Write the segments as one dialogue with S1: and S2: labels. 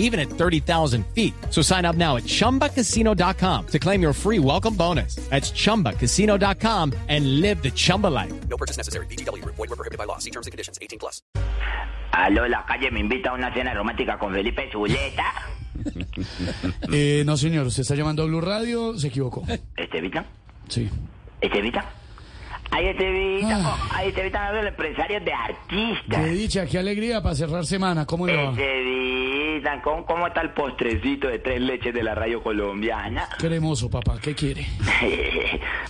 S1: even at 30,000 feet. So sign up now at ChumbaCasino.com to claim your free welcome bonus. That's ChumbaCasino.com and live the Chumba life.
S2: No purchase necessary. BGW. Void were prohibited by law. See terms and conditions. 18 plus.
S3: Aló, la calle me invita a una cena romántica con Felipe Zuleta.
S4: Eh, no, señor, usted está llamando a Blue Radio, se equivocó.
S3: Estevita,
S4: Sí.
S3: Estevita. Ay, Estevita, oh, ay, Estevita, hablo de empresarios de
S4: Qué
S3: artistas.
S4: dicha, qué alegría para cerrar semana. ¿Cómo le
S3: Eh,
S4: va?
S3: Estevita, ¿cómo, ¿cómo está el postrecito de tres leches de la radio colombiana?
S4: Cremoso, papá, ¿qué quiere?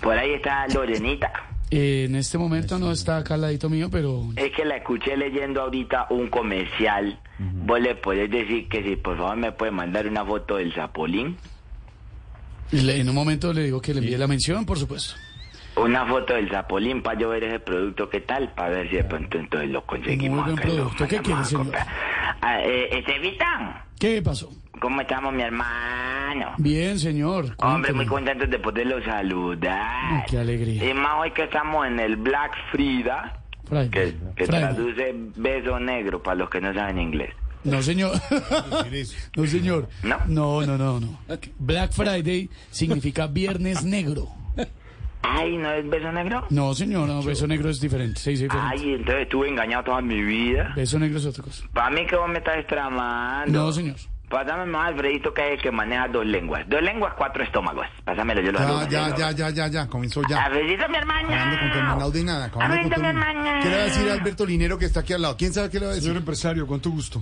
S3: Por ahí está Lorenita.
S4: Eh, en este momento no está acá al ladito mío, pero
S3: Es que la escuché leyendo ahorita un comercial. ¿Vos le podés decir que si por favor me puede mandar una foto del Zapolín?
S4: le- en un momento le digo que le envíe la mención, por supuesto.
S3: Una foto del Zapolín para yo ver ese producto, ¿qué tal? Para ver si de pronto entonces lo conseguimos.
S4: Muy buen
S3: acá y lo
S4: producto. ¿Qué
S3: mandamos
S4: quiere,
S3: a
S4: señor?
S3: comprar. Ah, eh, Estevita,
S4: ¿Qué pasó?
S3: ¿cómo estamos, mi hermano?
S4: Bien, señor.
S3: Hombre,
S4: cuénteme.
S3: muy contentos de poderlo saludar.
S4: Ay, qué alegría.
S3: Y más hoy que estamos en el Black Frida,
S4: Fray,
S3: que, que
S4: Fray.
S3: traduce beso negro para los que no saben inglés.
S4: No, señor. no, señor.
S3: No.
S4: No, no, no, no. Black Friday significa viernes negro.
S3: Ay, ¿no es beso negro?
S4: No, señor, no, beso negro es diferente. Sí, sí, diferente.
S3: Ay, entonces estuve engañado toda mi vida.
S4: Beso negro es otra cosa.
S3: Para mí que vos me estás tramando.
S4: No, señor.
S3: Pásame más Alfredito que es el que maneja dos lenguas. Dos lenguas, cuatro estómagos. Pásamelo, yo lo
S5: Ya,
S3: saludo.
S5: Ah, ya, ya, ya, ya, ya, comenzó ya.
S3: Alfredito, mi
S5: Acabando con
S3: hermano.
S5: Fernando de nada. acabando
S3: Abriendo
S5: con todo el
S3: mi
S5: mundo.
S3: mañana.
S5: ¿Qué le va a decir a Alberto Linero que está aquí al lado? ¿Quién sabe qué le va a decir?
S6: Señor empresario, con tu gusto.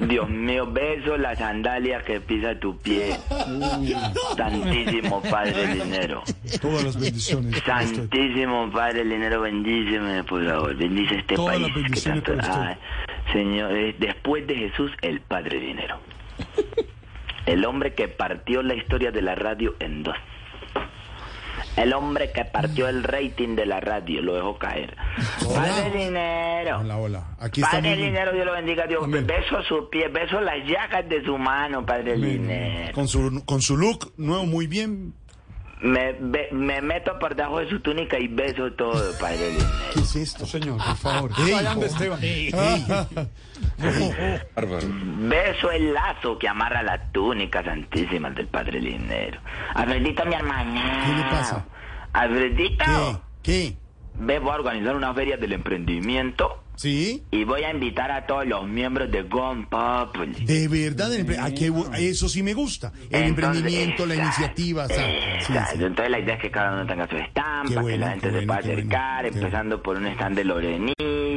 S3: Dios mío, beso la sandalia que pisa tu pie. Santísimo Padre Linero.
S6: Pues Todas las bendiciones. para usted.
S3: Santísimo Padre Linero, bendíceme, por favor. Bendice este
S6: Todas las
S3: país que
S6: bendiciones
S3: tanto.
S6: para usted.
S3: Ay, señor, eh, después de Jesús, el Padre Linero. El hombre que partió la historia de la radio en dos. El hombre que partió el rating de la radio, lo dejó caer. Padre Linero.
S5: Hola, hola. Aquí
S3: Padre
S5: estamos.
S3: Linero, Dios lo bendiga, Dios.
S5: Amén.
S3: Beso sus pies, beso las llagas de su mano, Padre Linero.
S5: Con su, con su look nuevo, muy bien.
S3: Me, be- me meto por debajo de su túnica y beso todo, Padre Linero.
S5: ¿Qué es esto?
S6: Señor, por favor.
S5: Ey,
S6: Vayan de
S5: jo-
S6: Esteban.
S3: Beso el lazo que amarra las túnicas santísimas del Padre Linero. Alfredito, mi hermana.
S5: ¿Qué le pasa?
S3: Alfredito,
S5: ¿Qué? ¿Qué?
S3: ve, voy a organizar una feria del emprendimiento
S5: ¿Sí?
S3: y voy a invitar a todos los miembros de Gone Populi.
S5: De verdad, el empre- ah, qué bu- eso sí me gusta. El
S3: Entonces,
S5: emprendimiento, la
S3: exacto,
S5: iniciativa. o sea, sí,
S3: exacto.
S5: sí.
S3: Entonces la idea es que cada uno tenga su
S5: Qué
S3: estampa, que
S5: bueno,
S3: la gente
S5: qué
S3: se
S5: bueno,
S3: pueda
S5: qué bueno,
S3: acercar,
S5: qué bueno.
S3: empezando por un stand de Lorenita.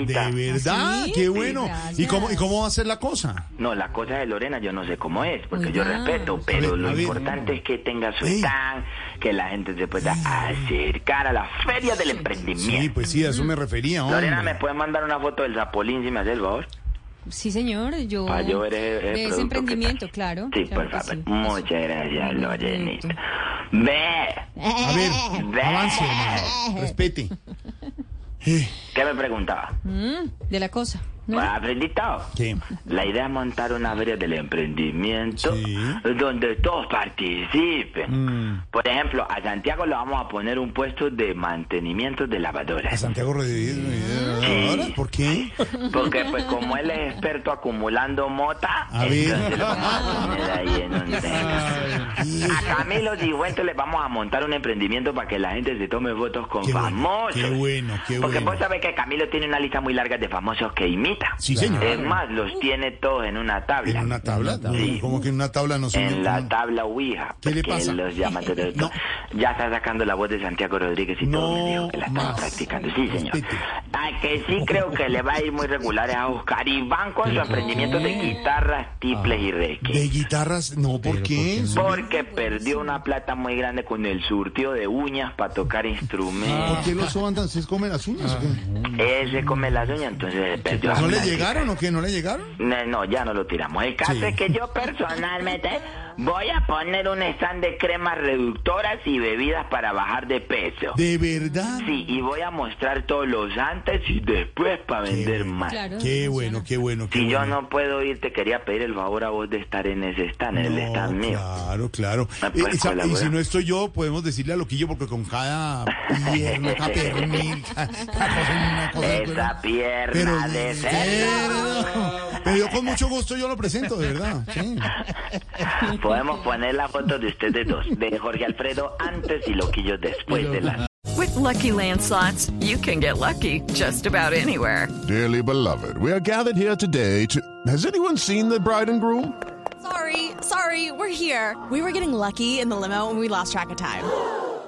S5: De verdad,
S7: ¿Ah, sí?
S5: qué bueno. ¿Y
S7: Gracias.
S5: cómo, ¿Y cómo va a ser la cosa?
S3: No, la cosa de Lorena yo no sé cómo es, porque yo
S7: Oiga.
S3: respeto, pero
S5: A ver,
S3: lo
S5: a ver.
S3: importante es que tenga su
S5: Ey.
S3: stand, que la gente se pueda acercar a la feria del emprendimiento.
S5: Sí, pues sí, a eso me refería.
S3: Mm. Lorena, ¿me
S5: hombre.
S3: puede mandar una foto del Zapolín si me hace el favor?
S7: Sí, señor, yo...
S3: Para Ah, yo ver ese- ese
S7: de ese
S3: producto
S7: emprendimiento,
S3: que-
S7: claro.
S3: Sí,
S7: claro
S3: por
S7: que
S3: favor.
S7: sí.
S3: Muchas gracias,
S7: Perfecto.
S3: Lorenita. Ve,
S5: A ver,
S3: ve.
S5: avance, hermano. Respete.
S3: ¿Qué me preguntaba?
S7: Mm, de la cosa. ¿no?
S3: Aprendito.
S5: ¿Qué?
S3: La idea es montar una feria del emprendimiento
S5: Sí. Mm.
S3: donde todos participen. Por ejemplo, a Santiago le vamos a poner un puesto de mantenimiento de
S5: ¿A
S3: lavadoras.
S5: Santiago Rodríguez? ¿Por qué?
S3: Porque pues como él es experto acumulando mota,
S5: A ver.
S3: entonces lo vamos a poner ahí en un tema. A Camilo Cifuentes le vamos a montar un emprendimiento para que la gente se tome fotos con
S5: Qué bueno,
S3: famosos.
S5: qué bueno, qué
S3: Porque
S5: bueno.
S3: vos sabés que Camilo tiene una lista muy larga de famosos que imita.
S5: Sí, señor.
S3: Es más, los tiene todos en una tabla.
S5: ¿En una tabla? No,
S3: Sí.
S5: ¿Cómo que en una tabla no se
S3: En la tabla Ouija.
S5: ¿Qué le
S3: porque
S5: pasa?
S3: él los llama todo esto.
S5: No.
S3: Ya está sacando la voz de Santiago Rodríguez y todo. Me
S5: No
S3: dijo que la estaba
S5: más.
S3: practicando. Sí, señor.
S5: Respete.
S3: A que sí creo que le va a ir muy regular a Oscar Iván con su emprendimiento de guitarras, tiples y
S5: ¿De
S3: requis.
S5: guitarras? No, ¿por qué?
S3: Porque perdió una plata muy grande con el surtido de uñas para
S5: Ah.
S3: tocar
S5: ¿Por
S3: instrumentos.
S5: qué los andan? ¿Se comen las uñas? o qué?
S3: Él se come las uñas, entonces perdió la
S5: pues ¿No le
S3: plata.
S5: llegaron o qué? ¿No le llegaron?
S3: No, no, ya no lo tiramos. El caso
S5: Sí.
S3: es que yo personalmente Voy a poner un stand de cremas reductoras y bebidas para bajar de peso.
S5: ¿De verdad?
S3: Sí, y voy a mostrar todos los antes y después para vender más.
S7: Claro.
S5: Qué
S7: funciona.
S5: bueno, qué bueno, qué
S3: Si yo
S5: bueno.
S3: no puedo ir, te quería pedir el favor a vos de estar en ese stand, en el
S5: No,
S3: stand mío.
S5: Claro, claro.
S3: Ah,
S5: Eh,
S3: pues,
S5: y sa- y
S3: colaborar.
S5: si no estoy yo, podemos decirle a Loquillo, porque con cada pierna, cada pernil, cada, cada cosa, una cosa.
S3: Esa pierna
S5: Pero,
S3: de
S5: de
S3: cerdo.
S5: cerdo. Pero yo con mucho gusto yo lo presento, de verdad. sí.
S3: Podemos poner la foto de ustedes dos, de Jorge Alfredo antes y Loquillo después de la...
S8: With Lucky Land slots, you can get lucky just about anywhere.
S9: Dearly beloved, we are gathered here today to. Has anyone seen the bride and groom?
S10: Sorry, sorry, we're here. We were getting lucky in the limo and we lost track of time.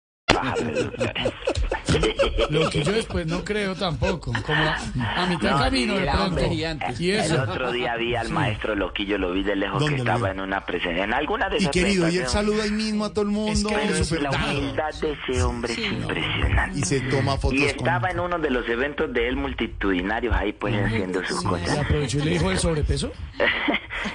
S3: Baja reductores.
S4: Lo que yo después no creo tampoco. Como a, a mitad
S3: No,
S4: camino de
S3: mira,
S4: pronto.
S3: hombre,
S4: Y
S3: El
S4: eso.
S3: otro día vi al maestro Loquillo, lo vi de lejos que
S5: ¿Dónde lo
S3: estaba
S5: vio?
S3: en una presencia, en alguna de
S5: Y
S3: esas
S5: querido, y él
S3: presentaciones.
S5: saluda ahí mismo a todo el mundo.
S3: Pero es
S5: súper
S3: la
S5: dado.
S3: humildad de ese hombre es
S5: y
S3: impresionante.
S5: se toma fotos
S3: Y
S5: con...
S3: estaba en uno de los eventos de él multitudinarios ahí pues haciendo sus
S4: ¿Se
S3: cosas.
S4: aprovechó y le dijo el sobrepeso?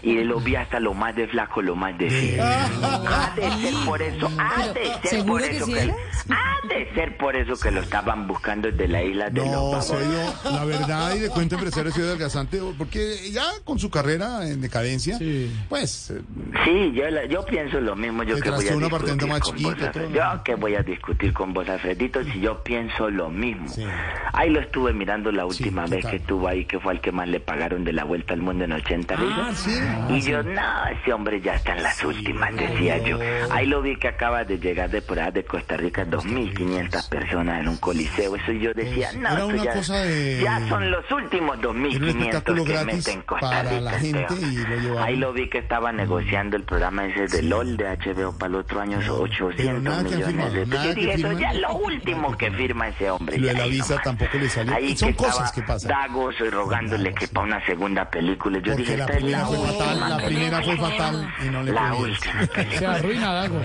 S3: Y lo vi hasta lo más de flaco, lo más de feo. Ha de ser por eso, ha de ser
S7: ¿Seguro
S3: por
S7: que
S3: eso
S7: sí
S3: que
S7: era?
S3: ha de ser por eso que lo estaban buscando desde la isla de los
S5: No,
S3: pavos.
S5: serio, la verdad, y de cuento empresario soy adelgazante, porque ya con su carrera en decadencia,
S4: Sí.
S5: pues, eh,
S3: Sí, yo, la- yo pienso lo mismo. Yo
S5: Te
S3: que voy a
S5: traste una partida
S3: discutir
S5: más
S3: con vos,
S5: chiquita,
S3: Alfredo.
S5: todo.
S3: Yo que voy a discutir con vos, Alfredito, si yo pienso lo mismo.
S5: Sí.
S3: Ahí lo estuve mirando la
S5: Sí,
S3: última vez
S5: total.
S3: que estuvo ahí, que fue al que más le pagaron de la vuelta al mundo en 80
S5: Ah,
S3: libras.
S5: sí.
S3: Y yo, no, ese hombre ya está en las últimas, decía yo. Ahí lo vi que acaba de llegar de por allá de Costa Rica, 2.500 personas en un coliseo. Eso yo decía,
S5: Pues,
S3: no,
S5: era
S3: esto
S5: una
S3: ya,
S5: cosa de-
S3: ya son los últimos
S5: Era un
S3: 2.500
S5: espectáculo
S3: que
S5: gratis
S3: meten Costa
S5: para la
S3: Rica,
S5: gente
S3: Esteban.
S5: y lo llevaron.
S3: Ahí lo vi que estaba
S5: Mm.
S3: negociando el programa ese de LOL de HBO para el otro año, son 800
S5: pero nada que han
S3: millones de
S5: firmado, nada
S3: pesos. Yo
S5: que
S3: dije, eso
S5: firman.
S3: ya es lo último que firma ese hombre.
S5: Y lo
S3: ya
S5: de la
S3: ahí
S5: visa
S3: nomás.
S5: tampoco le salió.
S3: Ahí
S5: Son
S3: que
S5: cosas
S3: estaba
S5: que pasan.
S3: Dagos y rogándole que para una segunda película. Yo
S5: porque
S3: dije,
S5: la
S3: esta es
S5: primera
S3: la
S5: fue fatal, la
S3: última
S5: primera fue
S3: película.
S5: fatal y no le
S3: La
S5: podía decir.
S3: última película.
S4: Se arruina Dago.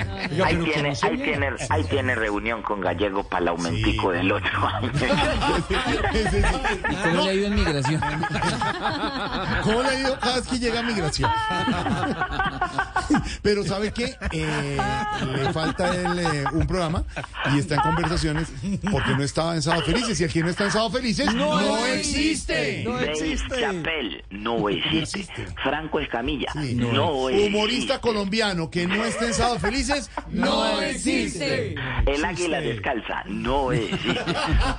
S3: Ahí tiene, ahí, tiene, ahí tiene reunión con Gallego para el aumentico
S5: Sí.
S3: del otro año.
S5: Ese sí.
S4: ¿Cómo le ha ido en migración?
S5: ¿Cómo le ha ido cada vez que llega a migración? Pero ¿sabe qué? Eh, le falta él, eh, un programa y está en conversaciones porque no estaba en Sábado Felices y el que no está en Sábado Felices no, existe.
S3: Dave Chappelle no existe. Franco Escamilla
S5: Sí.
S3: no, existe.
S5: Humorista colombiano que no esté en Sábado Felices no existe.
S3: El águila descalza no existe.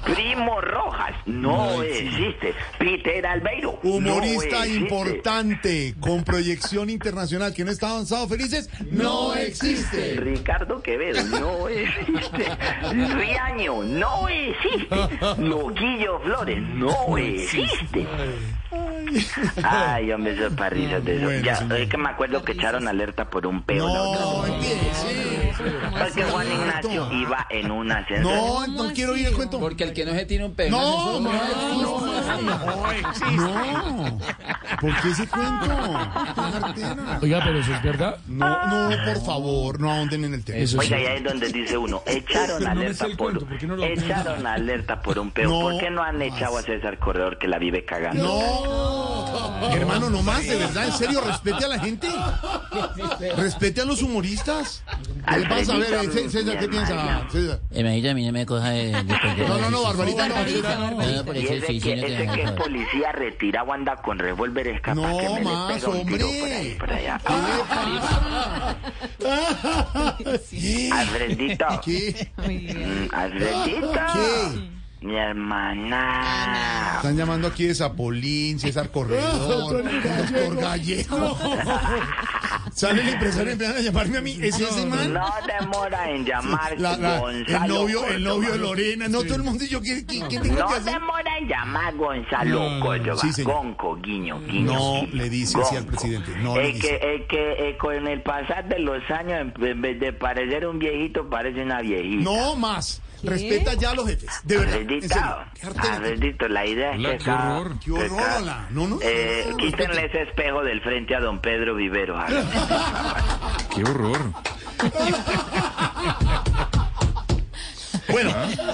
S3: Primo Rojas no, existe. Peter Albeiro
S5: Humorista
S3: no existe.
S5: importante con proyección internacional que no está en Sábado Felices no existe.
S3: Ricardo Quevedo no existe. Riaño no existe. Loquillo Flores no existe. Ay, hombre, esos parrillos de
S5: Bueno,
S3: eso. Ya,
S5: señor.
S3: es que me acuerdo que echaron alerta por un peo la otra
S5: No,
S3: vez.
S5: empiece.
S3: Porque Juan Ignacio iba en un ascensor.
S5: No, no quiero ir el cuento.
S4: Porque el que no se tiene un pelo.
S5: No, no, existe. No, ¿por qué ese cuento? Qué artera.
S4: Oiga, pero eso es verdad.
S5: No, no, por favor, no ahonden en el tema.
S4: Eso
S3: Oiga, y ahí es donde dice uno,
S6: Pero
S3: echaron
S6: no me
S3: alerta
S6: sé el
S3: por
S6: cuento, ¿por qué no lo
S3: echaron alerta por un peo.
S5: No
S3: ¿Por qué no han
S5: más.
S3: echado a César Corredor que la vive cagando?
S5: No, hermano, no más, de verdad, en serio, respete a la gente. Respete a los humoristas. ¿Qué le pasa? A ver, eh, César, César, ¿qué piensa? César.
S4: a mí no me coja de...
S5: No, no, no, Barbarita, no.
S3: Y ese, que, ese que es policía retirado anda con revólver escapa
S5: No
S3: que me le
S5: más,
S3: pega un tiro
S5: hombre.
S3: por ahí, por allá. Ah,
S5: ¿Qué le pasa?
S3: Alfredito,
S5: ¿Qué?
S3: mm, Alfredito,
S5: ¿Qué?
S3: mi hermana.
S5: Están llamando aquí de Zapolín, César Corredor, doctor Gallego. Sale el empresario y empiezan a llamarme a mí. ¿Es ese man?
S3: No demora en llamar
S5: La- la-
S3: Gonzalo.
S5: el novio, el
S3: Córdoba.
S5: novio de Lorena, no todo el mundo y yo qué, qué- qué tengo
S3: No
S5: que hacer.
S3: demora en llamar Gonzalo
S5: No, no, no,
S3: Córdoba.
S5: sí, señor.
S3: Gonco, guiño, guiño.
S5: No
S3: guiño,
S5: le dice así al
S3: Gonco.
S5: presidente, no le
S3: es que,
S5: dice.
S3: es que eh, con el pasar de los años, en en vez de parecer un viejito, parece una viejita.
S5: No más. Respeta ya a los jefes. De verdad. en
S3: Alfredito,
S5: serio. Qué jartera que-
S3: Alfredito, la idea
S5: Hola,
S3: es que
S5: qué
S3: cada-
S5: horror. Qué
S3: que
S5: horror,
S3: cada-
S5: hola. No, no,
S3: Eh,
S5: no, no, no,
S3: Quítenle ese espejo del frente a don Pedro Vivero.
S4: Qué horror.
S3: Bueno,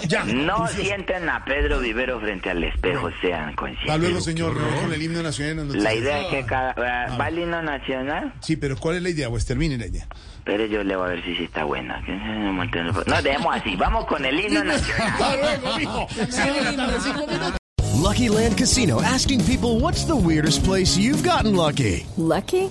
S3: ya. No sienten a Pedro Vivero frente al espejo, sean conscientes.
S5: Hasta luego, Ah, señor. Me voy con el himno nacional. en las
S3: La
S5: noticias.
S3: idea es que cada... eh, ¿Va el himno nacional?
S5: Sí, pero ¿cuál es la idea? Pues termine la idea.
S3: Pero yo le voy a ver si sí está buena. Que no me entero. No, dejemos así. Vamos con el himno nacional.
S5: Hasta luego, mijo. Siete de la tarde, cinco minutos.
S1: Lucky Land Casino asking people what's the weirdest place you've gotten lucky?
S7: Lucky?